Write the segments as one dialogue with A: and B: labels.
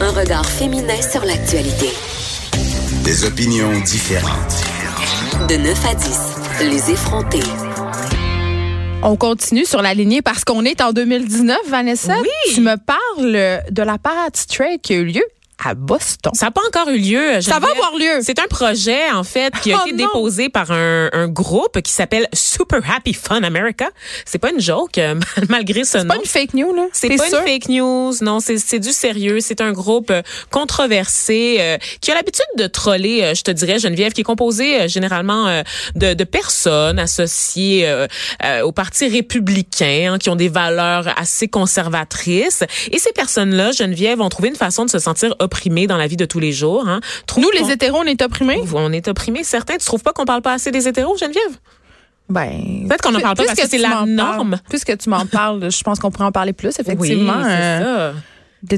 A: Un regard féminin sur l'actualité.
B: Des opinions différentes.
A: De 9 à 10, les effrontés.
C: On continue sur la lignée parce qu'on est en 2019, Vanessa. Tu me parles de la parade straight qui a eu lieu à Boston.
D: Ça n'a pas encore eu lieu.
C: Ça va
D: Geneviève.
C: avoir lieu.
D: C'est un projet, en fait, qui a
C: Oh
D: été
C: non.
D: déposé par un, un groupe qui s'appelle Super Happy Fun America. C'est pas une joke, euh, malgré ce nom.
C: pas une fake news, là.
D: C'est
C: T'es
D: pas
C: sûre?
D: une fake news, non, c'est c'est du sérieux. C'est un groupe euh, controversé euh, qui a l'habitude de troller, euh, je te dirais, Geneviève, qui est composé euh, généralement euh, de, de personnes associées euh, euh, au Parti républicain, hein, qui ont des valeurs assez conservatrices. Et ces personnes-là, Geneviève, ont trouvé une façon de se sentir opprimées dans la vie de tous les jours. Hein. Trouvent
C: Nous,
D: qu'on-
C: les hétéros, on est opprimés?
D: on est opprimés, certains. Tu trouves pas qu'on parle pas assez des hétéros, Geneviève?
C: Ben.
D: Peut-être qu'on en parle pas parce que c'est la norme.
C: Puisque tu m'en parles, je pense qu'on pourrait en parler plus, effectivement,
D: oui, c'est
C: euh,
D: ça.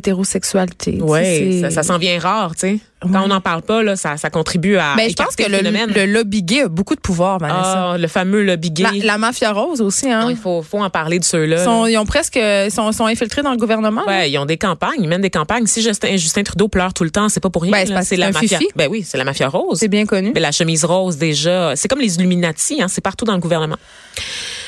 C: d'hétérosexualité. Tu
D: Oui,
C: sais,
D: ça,
C: c'est-
D: ça s'en vient rare, tu sais. Quand on n'en parle pas, là, ça, ça contribue à.
C: Ben, je pense
D: écarter
C: que le,
D: phénomène.
C: le lobby gay a beaucoup de pouvoir, Vanessa.
D: Ah, le fameux lobby gay.
C: la, la mafia rose aussi, hein.
D: Non, il faut, faut en parler de
C: Ils,
D: ceux-là.
C: sont, ils ont presque, ils sont, sont infiltrés dans le gouvernement. là.
D: euh, Ouais, ils ont des campagnes, ils mènent des campagnes. Si Justin, Justin Trudeau pleure tout le temps, c'est pas pour rien.
C: Ben, c'est
D: là.
C: parce que
D: la
C: c'est un
D: mafia.
C: fifi.
D: Ben oui, c'est la mafia rose.
C: C'est bien connu.
D: Mais la chemise rose déjà, c'est comme les Illuminati, hein, c'est partout dans le gouvernement.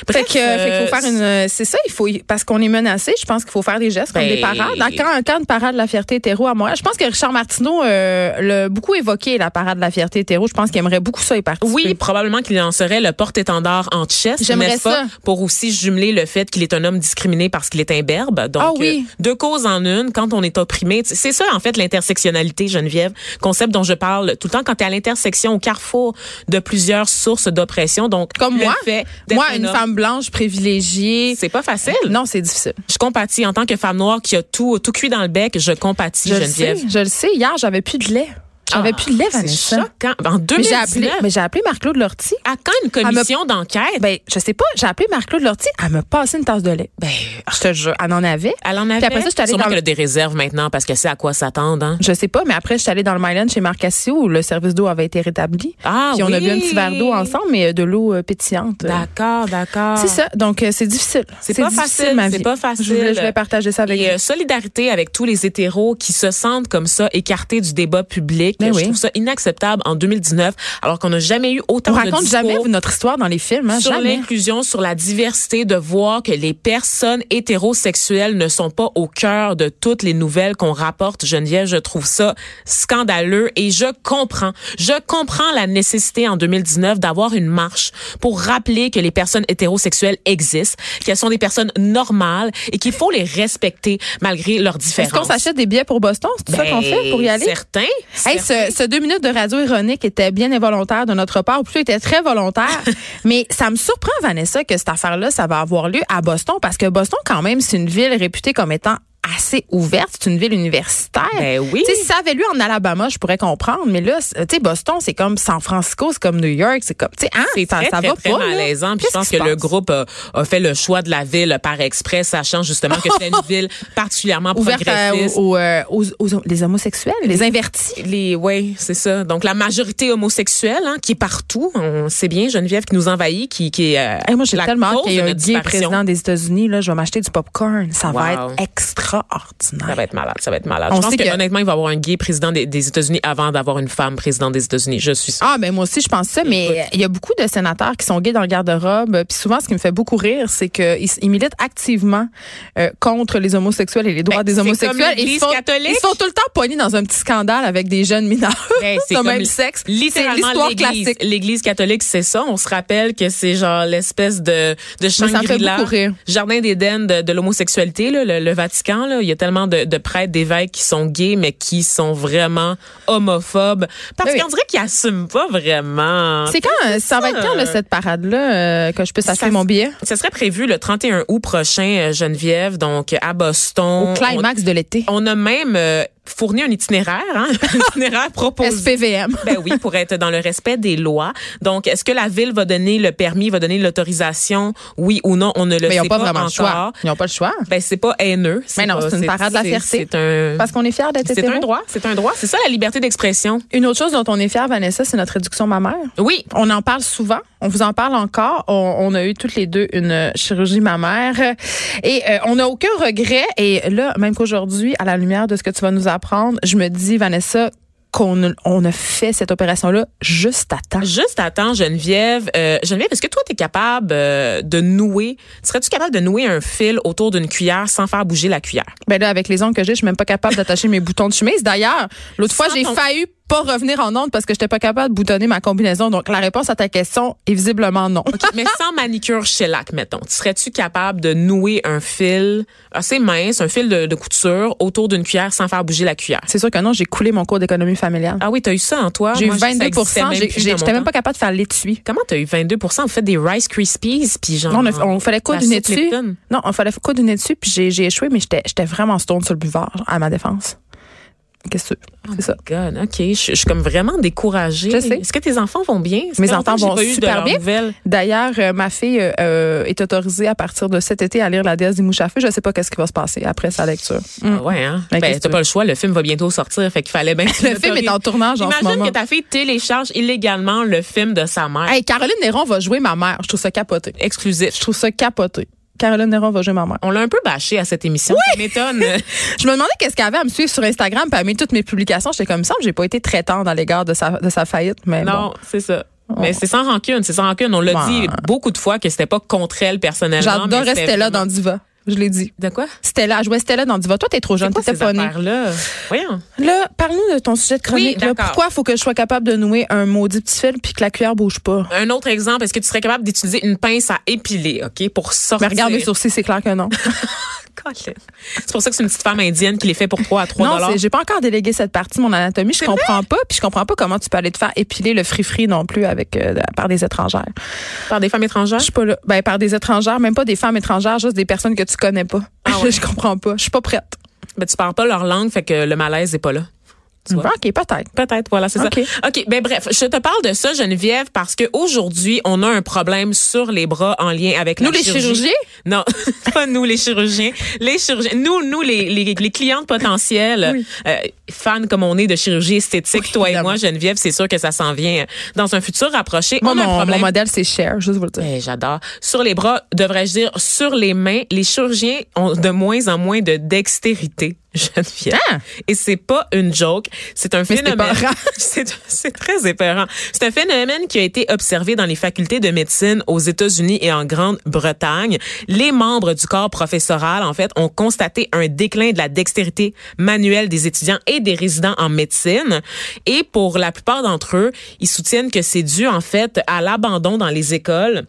C: Fait
D: Bref,
C: que, fait qu'il faut faire une, euh, c'est ça, il faut, y- parce qu'on est menacé, je pense qu'il faut faire des gestes comme
D: Ben-
C: des parades. Dans- Quand, quand une parade de la fierté hétéro à moi, je pense que Richard Martineau euh, l'a beaucoup évoqué, la parade de la fierté hétéro. Je pense qu'il aimerait beaucoup ça y participer.
D: Oui, probablement qu'il en serait le porte-étendard en chest,
C: J'aimerais
D: n'est-ce pas?
C: ça.
D: Pour aussi jumeler le fait qu'il est un homme discriminé parce qu'il est imberbe. Donc,
C: Ah oui.
D: euh, deux causes en une, quand on est opprimé. Tu- C'est ça, en fait, l'intersectionnalité, Geneviève, concept dont je parle tout le temps quand tu es à l'intersection, au carrefour de plusieurs sources d'oppression. Donc,
C: Comme
D: le
C: moi.
D: fait d'être
C: Moi,
D: un
C: une
D: homme,
C: femme blanche privilégiée.
D: C'est pas facile.
C: Non, c'est difficile.
D: Je compatis. En tant que femme noire qui a tout, tout cuit dans le bec, je compatis,
C: Je le sais.
D: Geneviève.
C: Je le sais. Hier, j'avais plus de lait. J'avais
D: Ah,
C: plus de lait,
D: C'est
C: Vanessa.
D: choquant. En
C: Mais j'ai appelé,
D: 2019,
C: mais j'ai appelé Marc-Claude Lortie.
D: à quand une
C: me-
D: commission d'enquête?
C: Ben, je sais pas, j'ai appelé Marc-Claude Lortie, elle m'a passé une tasse de lait. Ben, je te jure, elle en avait.
D: Elle en avait.
C: Puis après ça, je suis allée
D: Sûrement
C: dans-
D: qu'elle a des réserves maintenant parce qu'elle sait à quoi s'attendre. hein.
C: Je sais pas, mais après, je suis allée dans le Myland chez Marc Cassio où le service d'eau avait été rétabli.
D: Ah
C: Puis on a
D: oui.
C: bu un petit verre d'eau ensemble, mais euh, de l'eau euh, pétillante. Euh,
D: D'accord, d'accord.
C: C'est ça. Donc, euh, c'est difficile.
D: C'est pas
C: difficile,
D: facile,
C: ma vie.
D: c'est pas facile.
C: Je voulais, je voulais partager ça avec
D: Et euh,
C: vous.
D: solidarité avec tous les hétéros qui se sentent comme ça écartés du débat public.
C: Ben
D: je
C: oui.
D: trouve ça inacceptable en 2019, alors qu'on n'a jamais eu autant
C: On
D: de
C: raconte
D: discours
C: jamais notre histoire dans les films, hein,
D: sur
C: jamais.
D: l'inclusion, sur la diversité, de voir que les personnes hétérosexuelles ne sont pas au cœur de toutes les nouvelles qu'on rapporte. Geneviève, je trouve ça scandaleux et je comprends. Je comprends la nécessité en 2019 d'avoir une marche pour rappeler que les personnes hétérosexuelles existent, qu'elles sont des personnes normales et qu'il faut les respecter malgré leurs différences.
C: Est-ce qu'on s'achète des billets pour Boston? C'est tout ça qu'on fait pour y
D: Ben,
C: aller?
D: Certains.
C: Hey, ce, ce deux minutes de radio ironique était bien involontaire de notre part, ou plutôt était très volontaire. mais ça me surprend, Vanessa, que cette affaire-là, ça va avoir lieu à Boston, parce que Boston, quand même, c'est une ville réputée comme étant assez ouverte. C'est une ville universitaire.
D: Ben oui.
C: Tu sais, si ça avait lieu en Alabama, je pourrais comprendre. Mais là, c'est- tu sais, Boston, c'est comme San Francisco, c'est comme New York, c'est comme, tu sais, hein,
D: C'est
C: ça,
D: très,
C: ça
D: très,
C: va
D: très
C: pas. là.
D: malaisant. Puis je
C: Qu'est-ce
D: pense
C: qui
D: que
C: se
D: le
C: passe?
D: groupe a, a fait le choix de la ville par exprès, sachant justement que c'était une ville particulièrement
C: Ouverte à-
D: progressiste.
C: aux, euh, aux- aux- les homosexuels, les invertis.
D: Les, ouais, c'est ça. Donc la majorité homosexuelle, hein, qui est partout, on sait bien Geneviève qui nous envahit, qui, qui est. euh,
C: Hey, moi, j'ai
D: la
C: tellement hâte
D: cause
C: qu'il y ait un
D: de notre
C: gay
D: disparition.
C: président des États-Unis. Là, je vais m'acheter du popcorn. Ça va
D: Wow.
C: être extraordinaire.
D: Ça va être malade, ça va être malade.
C: On
D: je pense
C: sait
D: que,
C: que-
D: honnêtement, il va y avoir un gay président des, des États-Unis avant d'avoir une femme présidente des États-Unis. Je suis sûre.
C: Ah, ben moi aussi, je pense ça, mais il y a beaucoup de sénateurs qui sont gays dans le garde-robe. euh, Puis souvent, ce qui me fait beaucoup rire, c'est qu'ils s- ils militent activement euh, contre les homosexuels et les droits
D: Ben,
C: des
D: c'est
C: homosexuels.
D: comme
C: Et ils,
D: l'Église
C: se font,
D: catholique.
C: ils se font tout le temps pogner dans un petit scandale avec des jeunes mineurs
D: Hey,
C: de
D: Ben, comme
C: même sexe. C'est
D: Littéralement,
C: l'histoire
D: l'Église
C: classique.
D: l'Église catholique, c'est ça. On se rappelle que c'est genre l'espèce de, de
C: me fait
D: Shangri-La,
C: beaucoup rire.
D: jardin d'Éden de, de l'homosexualité, là, le, le Vatican. là. Il y a tellement de, de prêtres, d'évêques qui sont gays, mais qui sont vraiment homophobes. Parce
C: Oui.
D: qu'on dirait qu'ils n'assument pas vraiment.
C: C'est quand, ça va être quand, là, cette parade-là, euh, que je peux acheter
D: Ça-
C: mon billet?
D: Ce serait prévu le 31 août prochain, euh, Geneviève, donc à
C: Au
D: Boston.
C: climax de l'été.
D: On, on a même euh, fourni un itinéraire, hein? un itinéraire proposé.
C: SPVM.
D: Ben oui, pour être dans le respect des lois. Donc, est-ce que la ville va donner le permis, va donner l'autorisation, oui ou non On ne
C: Mais Ben,
D: le
C: ils
D: sait
C: n'ont
D: pas,
C: pas vraiment le
D: encore.
C: choix. Ils n'ont pas le choix.
D: Ben c'est pas haineux.
C: Mais non,
D: pas-
C: c'est une parade de la
D: c'est-
C: fierté.
D: C'est un.
C: Parce qu'on est fiers d'être
D: C'est
C: hétéro.
D: un droit, c'est un droit. C'est ça la liberté d'expression.
C: Une autre chose dont on est fiers, Vanessa, c'est notre réduction mammaire.
D: Oui.
C: On en parle souvent. On vous en parle encore. On, on a eu toutes les deux une chirurgie mammaire. Et euh, on n'a aucun regret. Et là, même qu'aujourd'hui, à la lumière de ce que tu vas nous apprendre, je me dis, Vanessa, qu'on on a fait cette opération-là juste à temps.
D: Juste attends, Geneviève. Euh, Geneviève, est-ce que toi, tu es capable euh, de nouer, serais-tu capable de nouer un fil autour d'une cuillère sans faire bouger la cuillère?
C: Ben là, avec les ongles que j'ai, je suis même pas capable d'attacher mes boutons de chemise. D'ailleurs, l'autre fois,
D: Sans
C: j'ai
D: ton-
C: failli pas revenir en onde parce que j'étais pas capable de boutonner ma combinaison. Donc, la réponse à ta question est visiblement non.
D: OK, mais sans manicure shellac, mettons. Tu Serais-tu capable de nouer un fil assez mince, un fil de, de couture autour d'une cuillère sans faire bouger la cuillère?
C: C'est sûr que non, j'ai coulé mon cours d'économie familiale.
D: Ah oui, t'as eu ça en toi?
C: J'ai eu
D: Moi, ça
C: 22
D: existait même
C: j'ai-
D: plus
C: j'ai-
D: dans mon
C: J'étais même
D: temps.
C: pas capable de faire l'étui.
D: Comment t'as eu 22 On fait des Rice Krispies, puis genre...
C: Non, on, a- on fallait coudre
D: Ah. la
C: une
D: soupe
C: étui.
D: Lipton.
C: Non, on fallait coudre une étui, puis j'ai j'ai échoué, mais j'étais j'étais vraiment stone sur le buvard, à ma défense. Qu'est-ce que tu
D: Ah,
C: veux? C'est ça.
D: God, OK. Je, je suis comme vraiment découragée.
C: Je sais.
D: Est-ce que tes enfants vont bien? Ça
C: Mes
D: fait longtemps
C: enfants
D: que
C: vont
D: j'ai pas eu de
C: super
D: leurs
C: bien.
D: nouvelles.
C: D'ailleurs, euh, ma fille euh, euh, est autorisée à partir de cet été à lire La déesse des mouches à feu. Je sais pas qu'est-ce qui va se passer après sa lecture.
D: Ah ouais, hein?
C: Ben, qu'est-ce
D: Ben,
C: que
D: t'as
C: tu
D: pas le choix. Le film va bientôt sortir. Fait qu'il fallait bien.
C: Le film est en tournage en ce
D: Imagine
C: moment.
D: que ta fille télécharge illégalement le film de sa mère.
C: Hey, Caroline Néron va jouer ma mère. Je trouve ça capoté. Je
D: Exclusif.
C: trouve ça capoté. Caroline Néron va jouer ma mère.
D: On l'a un peu bâché à cette émission. Ça m'étonne.
C: Je me demandais qu'est-ce qu'elle avait à me suivre sur Instagram puis à mettre toutes mes publications. J'étais comme ça, j'ai pas été très tendre à l'égard de sa, de sa faillite, mais
D: non,
C: Eh bon. Oh.
D: c'est ça. Mais c'est sans rancune, c'est sans rancune. On l'a
C: Ouais.
D: dit beaucoup de fois que c'était pas contre elle personnellement. mais
C: J'adorais
D: c'était
C: Stella dans
D: vraiment-
C: Diva. Je l'ai dit.
D: De quoi?
C: Stella, elle jouait Stella dans Diva. Toi, t'es trop jeune,
D: Quoi,
C: t'étais
D: ces
C: pas née.
D: affaires-là? Voyons.
C: Là, parle-nous de ton sujet de chronique.
D: Oui,
C: là.
D: d'accord.
C: Pourquoi faut que je sois capable de nouer un maudit petit fil puis que la cuillère bouge pas?
D: Un autre exemple, est-ce que tu serais capable d'utiliser une pince à épiler, OK, pour
C: Mais
D: sortir?
C: regarde les sourcils, c'est clair que non.
D: Colin. C'est pour ça que c'est une petite femme indienne qui les fait pour 3 à 3
C: non, c'est- j'ai pas encore délégué cette partie de mon anatomie. Je comprends pas, puis je comprends pas comment tu peux aller te faire épiler le free-free non plus avec euh, par des étrangères.
D: par des femmes étrangères.
C: Je suis pas là. Ben, par des étrangères, même pas des femmes étrangères, juste des personnes que tu connais pas.
D: Ah ouais.
C: je comprends pas. Je suis pas prête.
D: Mais tu parles pas leur langue, fait que le malaise est pas là. Tu vois?
C: OK, peut-être.
D: Peut-être, voilà, c'est
C: OK.
D: ça. OK, ben bref, je te parle de ça, Geneviève, parce que aujourd'hui, on a un problème sur les bras en lien avec
C: Nous,
D: la
C: les
D: chirurgie.
C: chirurgiens?
D: Non, pas nous les chirurgiens, les chirurgiens, nous, nous les, les, les clientes potentielles, euh, fans comme on est de chirurgie esthétique,
C: Oui,
D: toi et
C: évidemment.
D: moi, Geneviève, c'est sûr que ça s'en vient dans un futur rapproché.
C: Moi,
D: on a un
C: mon, mon
D: problème.
C: modèle, c'est Cher, juste vous le dire.
D: Eh, J'adore. Sur les bras, devrais-je dire sur les mains, les chirurgiens ont de moins en moins de dextérité, Geneviève.
C: Ah!
D: Et c'est pas une joke, c'est un
C: c'est
D: phénomène.
C: épeurant.
D: C'est c'est très épeurant. C'est un phénomène qui a été observé dans les facultés de médecine aux États-Unis et en Grande-Bretagne. Les membres du corps professoral, en fait, ont constaté un déclin de la dextérité manuelle des étudiants et des résidents en médecine. Et pour la plupart d'entre eux, ils soutiennent que c'est dû, en fait, à l'abandon dans les écoles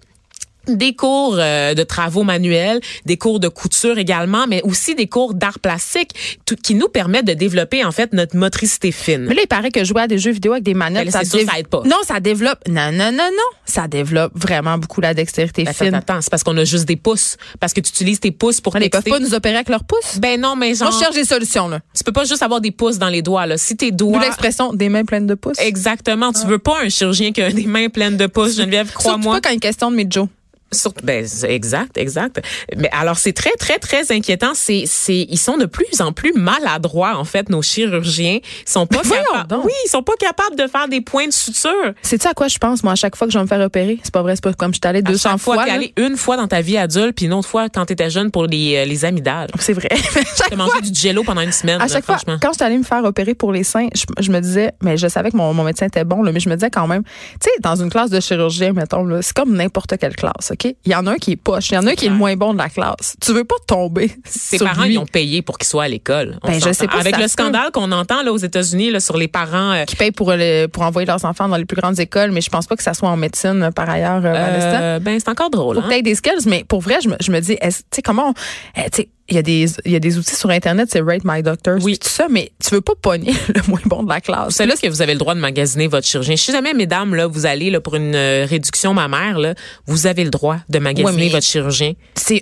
D: des cours euh, de travaux manuels, des cours de couture également, mais aussi des cours d'art plastique tout- qui nous permettent de développer en fait notre motricité fine.
C: Mais là, il paraît que jouer à des jeux vidéo avec des
D: Ben
C: manettes,
D: là,
C: ça,
D: c'est sûr,
C: dév-
D: ça aide pas.
C: Non, ça développe. Non, non, non, non. Ça développe vraiment beaucoup la dextérité
D: Ben, Attends,
C: fine.
D: attends, attends, c'est parce qu'on a juste des pouces, parce que tu utilises tes pouces pour
C: Ils peuvent
D: texter.
C: pas nous opérer avec leurs pouces.
D: Ben non, mais genre,
C: Moi, je cherche des solutions, là.
D: tu peux pas juste avoir des pouces dans les doigts là. Si tes
C: D'où
D: doigts
C: l'expression Ah. des mains pleines de pouces.
D: Exactement, tu veux pas un chirurgien qui a des mains pleines de pouces, Geneviève,
C: Surtout
D: crois-moi.
C: pas quand il est question de mes Joe.
D: Surtout, ben, c'est- exact, exact. Mais alors, c'est très, très, très inquiétant. C'est, c'est, ils sont de plus en plus maladroits, en fait, nos chirurgiens. Ils sont pas
C: Mais voyons
D: capables.
C: donc.
D: Oui, ils sont pas capables de faire des points de suture.
C: C'est tu à quoi je pense, moi, à chaque fois que je vais me faire opérer? C'est pas vrai, c'est pas comme je suis allée
D: À
C: 200
D: chaque
C: fois.
D: fois, t'es
C: là.
D: allé une fois dans ta vie adulte, puis une autre fois quand t'étais jeune pour les, euh, les amygdales.
C: C'est vrai. Chaque
D: T'as mangé du jello pendant une semaine.
C: À
D: là,
C: chaque fois,
D: franchement.
C: quand j'étais allée me faire opérer pour les seins, je, je me disais, mais je savais que mon, mon médecin était bon, là, mais je me disais quand même, tu sais, dans une classe de chirurgien, mettons, là, c'est comme n'importe quelle classe, OK? Il y en a un qui est poche, il y en a un qui est le moins bon de la classe. Tu veux pas tomber.
D: Ses
C: sur
D: parents,
C: lui.
D: ils ont payé pour qu'ils soient à l'école. On
C: Ben, je
D: s'entend.
C: sais pas si
D: Avec
C: ça
D: le
C: se peut.
D: scandale qu'on entend là aux États-Unis là, sur les parents euh,
C: qui payent pour, le- pour envoyer leurs enfants dans les plus grandes écoles, mais je pense pas que ça soit en médecine, euh, par ailleurs, euh, Vanessa.
D: euh, ben c'est encore drôle.
C: Faut
D: hein.
C: que t'aies des skills, mais pour vrai, je me, je me dis, est-ce- tu sais, comment, on- eh, tu sais, il y, a des, il y a des outils sur Internet, c'est Rate My Doctor,
D: Oui.
C: oui. tout ça, mais tu veux pas pogner le moins bon de la classe.
D: C'est là que vous avez le droit de magasiner votre chirurgien. Si jamais, mesdames, là, vous allez là, pour une euh, réduction mammaire, là, vous avez le droit de magasiner
C: Ouais, mais-
D: votre chirurgien.
C: c'est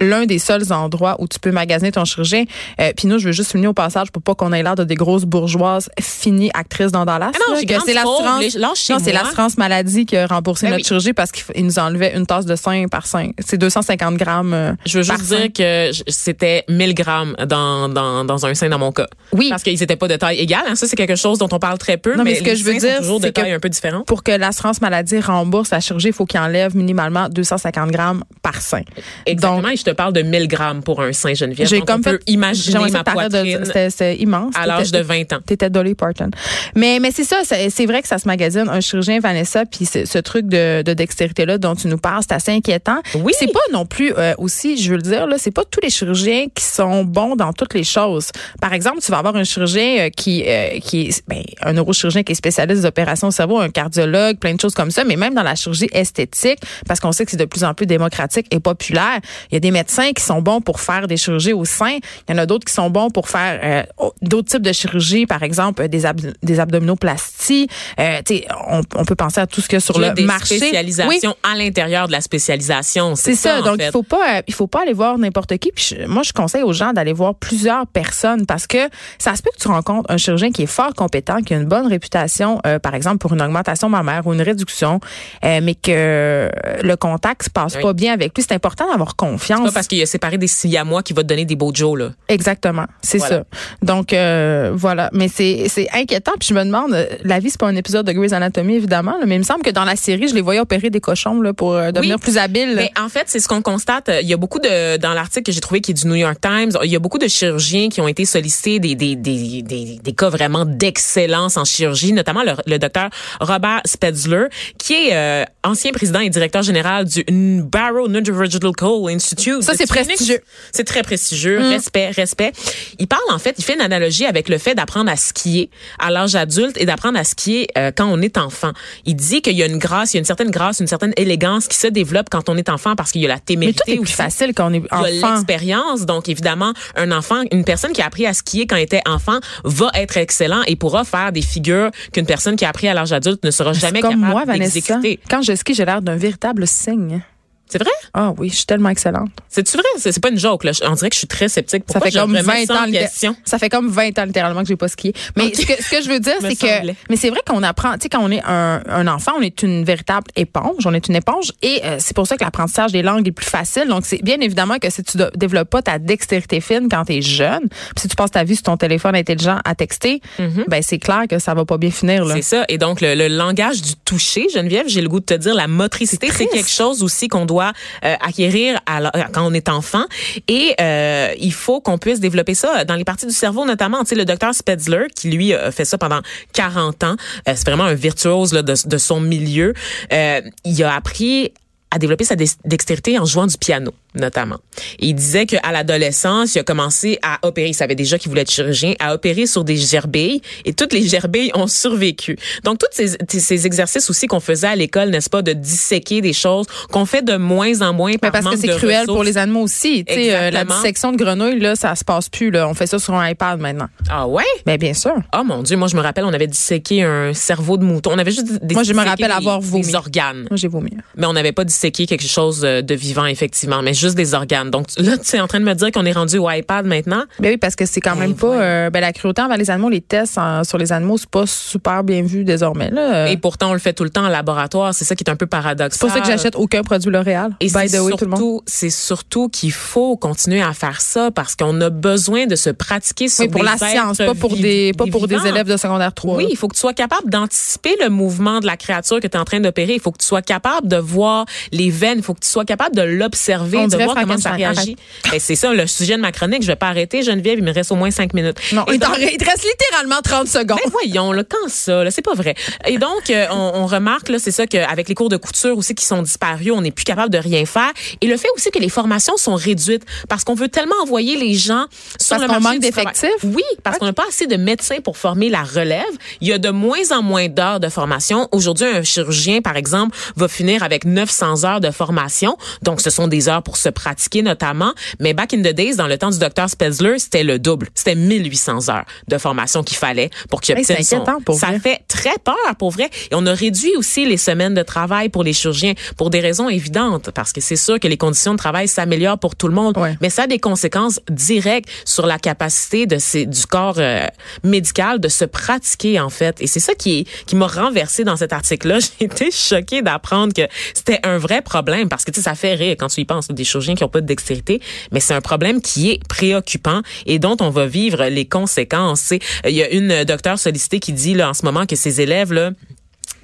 C: l'un des seuls endroits où tu peux magasiner ton chirurgien. Euh, Puis nous, je veux juste souligner au passage pour pas qu'on ait l'air de des grosses bourgeoises finies actrices dans Dallas.
D: Ah non,
C: là,
D: j'ai
C: que
D: grande
C: c'est
D: pauvre,
C: l'assurance.
D: les- lâche chez
C: Non, c'est
D: moi.
C: l'assurance maladie qui a remboursé
D: Ben
C: notre
D: oui.
C: chirurgie parce qu'il nous enlevait une tasse de sein par sein. C'est 250 grammes. euh,
D: Je veux juste
C: par sein.
D: dire que j- c'était 1000 grammes dans, dans, dans un sein dans mon cas.
C: Oui.
D: Parce qu'ils n'étaient pas de taille égale. hein. Ça, c'est quelque chose dont on parle très peu.
C: Non, mais ce que
D: les
C: je veux
D: seins sont
C: dire,
D: toujours de
C: c'est que-
D: taille un peu différente.
C: Pour que l'assurance maladie rembourse la chirurgie, il faut qu'il enlève minimalement 250 grammes par sein.
D: Exactement, et je te parle de 1000 grammes pour un sein, Geneviève.
C: J'ai
D: Donc,
C: comme
D: on
C: fait-
D: peut imaginer
C: j'aimerais ça
D: ma
C: que t'arrêtes de-
D: poitrine
C: c'était- C'était immense.
D: à l'âge de
C: T'étais-
D: 20 ans.
C: T'étais Dolly Parton. Mais, mais c'est ça, c'est c'est vrai que ça se magasine. Un chirurgien, Vanessa, puis ce ce truc de, de dextérité-là dont tu nous parles, c'est assez inquiétant.
D: Oui.
C: C'est pas non plus, euh, aussi, je veux le dire, là, c'est pas tous les chirurgiens qui sont bons dans toutes les choses. Par exemple, tu vas avoir un chirurgien euh, qui, euh, qui est, ben, un neurochirurgien qui est spécialiste des opérations au cerveau, un cardiologue, plein de choses comme ça, mais même dans la chirurgie esthétique, parce qu'on sait que c'est de plus en plus démocratique et populaire, il y a des médecins qui sont bons pour faire des chirurgies au sein, il y en a d'autres qui sont bons pour faire euh, au- d'autres types de chirurgies, par exemple euh, des, ab- des abdominoplasties. Euh, tu sais, on, on peut penser à tout ce qu'il y a sur
D: Il y a
C: le
D: des
C: marché.
D: spécialisations
C: Oui,
D: à l'intérieur de la spécialisation.
C: c'est ça.
D: en
C: Donc,
D: fait.
C: il faut pas, euh, il faut pas aller voir n'importe qui. Puis je- moi, je conseille aux gens d'aller voir plusieurs personnes parce que ça se peut que tu rencontres un chirurgien qui est fort compétent, qui a une bonne réputation, euh, par exemple pour une augmentation mammaire ou une réduction, euh, mais que euh, le contact se passe
D: Oui.
C: pas bien avec lui. C'est important d'avoir
D: C'est
C: confiance.
D: pas parce qu'il a séparé des siamois qui va te donner des beaux Joe, là.
C: Exactement, c'est
D: Voilà.
C: ça. Donc euh, voilà, mais c'est c'est inquiétant. Puis je me demande, euh, la vie c'est pas un épisode de Grey's Anatomy évidemment, là, mais il me semble que dans la série, je les voyais opérer des cochons là pour euh, devenir
D: Oui.
C: plus habiles.
D: Mais en fait, c'est ce qu'on constate. Il y a beaucoup de dans l'article que j'ai trouvé qui est du New York Times. Il y a beaucoup de chirurgiens qui ont été sollicités des des des des, des cas vraiment d'excellence en chirurgie, notamment le, le docteur Robert Spedzler, qui est euh, ancien président et directeur général du Barrow Neurological Institute.
C: Ça,
D: de
C: c'est
D: Phoenix.
C: prestigieux.
D: C'est très prestigieux.
C: Mm.
D: Respect, respect. Il parle en fait, il fait une analogie avec le fait d'apprendre à skier à l'âge adulte et d'apprendre à skier euh, quand on est enfant. Il dit qu'il y a une grâce, il y a une certaine grâce, une certaine élégance qui se développe quand on est enfant parce qu'il y a la
C: mais
D: témérité
C: tout est plus
D: aussi.
C: facile quand on est
D: Il y a
C: enfant.
D: l'expérience, donc évidemment, un enfant, une personne qui a appris à skier quand elle était enfant va être excellent et pourra faire des figures qu'une personne qui a appris à l'âge adulte ne sera
C: C'est
D: jamais
C: comme moi,
D: capable
C: Vanessa.
D: d'exécuter.
C: Quand je skie, j'ai l'air d'un véritable signe.
D: C'est vrai?
C: Ah oui, je suis tellement excellente.
D: C'est-tu vrai? C'est c'est pas une joke, là. Je- On dirait que je suis très sceptique. Pourquoi
C: ça fait
D: je
C: comme 20
D: remets ça en
C: ans litté-
D: question?
C: ça fait comme 20 ans littéralement que j'ai pas skié. Mais
D: Ok.
C: ce, que, ce que je veux dire
D: Me
C: c'est que
D: semblait.
C: mais c'est vrai qu'on apprend tu sais quand on est un, un enfant, on est une véritable éponge, on est une éponge et euh, c'est pour ça que l'apprentissage des langues est plus facile. Donc c'est bien évidemment que si tu de- développes pas ta dextérité fine quand tu es jeune, puis si tu passes ta vie sur ton téléphone intelligent à texter,
D: Mm-hmm.
C: ben c'est clair que ça va pas bien finir là.
D: C'est ça. Et donc, le, le langage du toucher, Geneviève, j'ai le goût de te dire, la motricité, c'est
C: triste.
D: quelque chose aussi qu'on doit euh, acquérir à la- quand on est enfant. Et euh, il faut qu'on puisse développer ça dans les parties du cerveau, notamment. Tu sais, le docteur Spedzler, qui lui a fait ça pendant 40 ans, euh, c'est vraiment un virtuose là, de, de son milieu, euh, il a appris à développer sa dex- dextérité en jouant du piano, notamment. Et il disait qu'à l'adolescence, il a commencé à opérer. Il savait déjà qu'il voulait être chirurgien, à opérer sur des gerbilles. Et toutes les gerbilles ont survécu. Donc, tous ces, ces exercices aussi qu'on faisait à l'école, n'est-ce pas, de disséquer des choses, qu'on fait de moins en moins
C: Mais
D: par
C: parce que
D: manque
C: c'est
D: de
C: cruel
D: ressources.
C: pour les animaux aussi. Tu sais, euh, la
D: Exactement.
C: dissection de grenouille, là, ça se passe plus. Là. On fait ça sur un iPad maintenant.
D: Ah ouais?
C: Mais bien sûr.
D: Oh mon Dieu, moi, je me rappelle, on avait disséqué un cerveau de mouton. On avait juste disséqué
C: Moi, je me rappelle
D: des-
C: avoir vomi.
D: des organes.
C: Moi, j'ai vomi.
D: mais on n'avait pas disséqué quelque chose euh, de vivant, effectivement, mais juste des organes. Donc tu- là, tu es en train de me dire qu'on est rendu au iPad maintenant.
C: Ben oui, parce que c'est quand même pas.
D: voyons.
C: euh, ben la cruauté envers les animaux, les tests en- sur les animaux, c'est pas super bien vu désormais. là.
D: Et pourtant, on le fait tout le temps en laboratoire. C'est ça qui est un peu paradoxal.
C: Euh. C'est pour ça que j'achète aucun produit L'Oréal.
D: Et
C: By
D: c'est
C: the way, tout le monde.
D: surtout, c'est surtout qu'il faut continuer à faire ça parce qu'on a besoin de se pratiquer sur
C: Oui, pour
D: des
C: la
D: êtres
C: science, pas pour
D: viv-
C: des, pas pour des
D: vivants.
C: élèves de secondaire 3.
D: Oui, il faut que tu sois capable d'anticiper le mouvement de la créature que tu es en train d'opérer. Il faut que tu sois capable de voir les veines. Il faut que tu sois capable de l'observer,
C: On
D: de
C: dirait
D: voir comment ça
C: Frankenstein.
D: réagit. Ben, c'est ça, le sujet de ma chronique. Je vais pas arrêter, Geneviève. Il me reste au moins cinq minutes.
C: Non,
D: Et
C: il, t'en-
D: donc-
C: il te reste littéralement 30 secondes.
D: ben voyons, là, quand ça, là, c'est pas vrai. Et donc, euh, on, on remarque, là, c'est ça qu'avec les cours de couture aussi qui sont disparus, on n'est plus capable de rien faire. Et le fait aussi que les formations sont réduites parce qu'on veut tellement envoyer les gens sur
C: Parce
D: le
C: qu'on
D: marché
C: manque
D: du travail.
C: d'effectifs?
D: Oui, parce qu'on n'a pas assez de médecins pour former la relève. Il y a de moins en moins d'heures de formation. Aujourd'hui, un chirurgien, par exemple, va finir avec 900 heures de formation. Donc, ce sont des heures pour se pratiquer notamment. Mais back in the days, dans le temps du docteur Spezler, c'était le double. C'était 1800 heures de formation qu'il fallait pour qu'il
C: Hey, c'est
D: obtienne son...
C: inquiétant, pour
D: Ça
C: vrai.
D: fait très peur, pour vrai. Et on a réduit aussi les semaines de travail pour les chirurgiens pour des raisons évidentes, parce que c'est sûr que les conditions de travail s'améliorent pour tout le monde,
C: Ouais.
D: mais ça a des conséquences directes sur la capacité de ces, du corps euh, médical de se pratiquer, en fait. Et c'est ça qui, est- qui m'a renversée dans cet article-là. J'ai été choquée d'apprendre que c'était un vrai problème, parce que tu sais, ça fait rire quand tu y penses, des chirurgiens qui n'ont pas de dextérité, mais c'est un problème qui est préoccupant et dont on va vivre les conséquences. tu sais. Il y a une euh, docteure sollicitée qui dit là, en ce moment que ses élèves, là,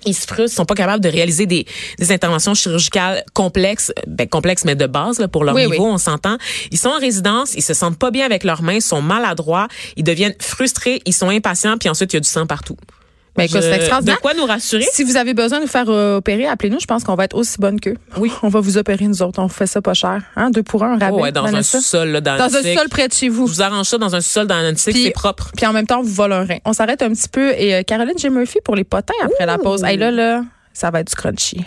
D: ils se frustrent, sont pas capables de réaliser des, des interventions chirurgicales complexes, ben complexes mais de base là, pour leur
C: Oui,
D: niveau, on s'entend. Ils sont en résidence, ils se sentent pas bien avec leurs mains, ils sont maladroits, ils deviennent frustrés, ils sont impatients, puis ensuite il y a du sang partout.
C: Mais Ben, écoute,
D: Je-
C: c'est
D: de
C: extraordinaire.
D: quoi nous rassurer
C: Si vous avez besoin de vous faire euh, opérer, appelez-nous. Je pense qu'on va être aussi bonne qu'eux. Oui. On va vous opérer, nous autres. On fait ça pas cher. Hein? Deux pour un, un rabais.
D: Oh, ouais, dans un
C: Vanessa.
D: sous-sol là, dans,
C: dans un
D: Nantic.
C: sol près de chez vous.
D: Vous arrangez ça dans un sous-sol dans un
C: Puis-
D: c'est propre.
C: Puis en même temps, on vous vole un rein. On s'arrête un petit peu. Et euh, Caroline J. Murphy pour les potins après la pause. Hey, là, là, ça va être du crunchy.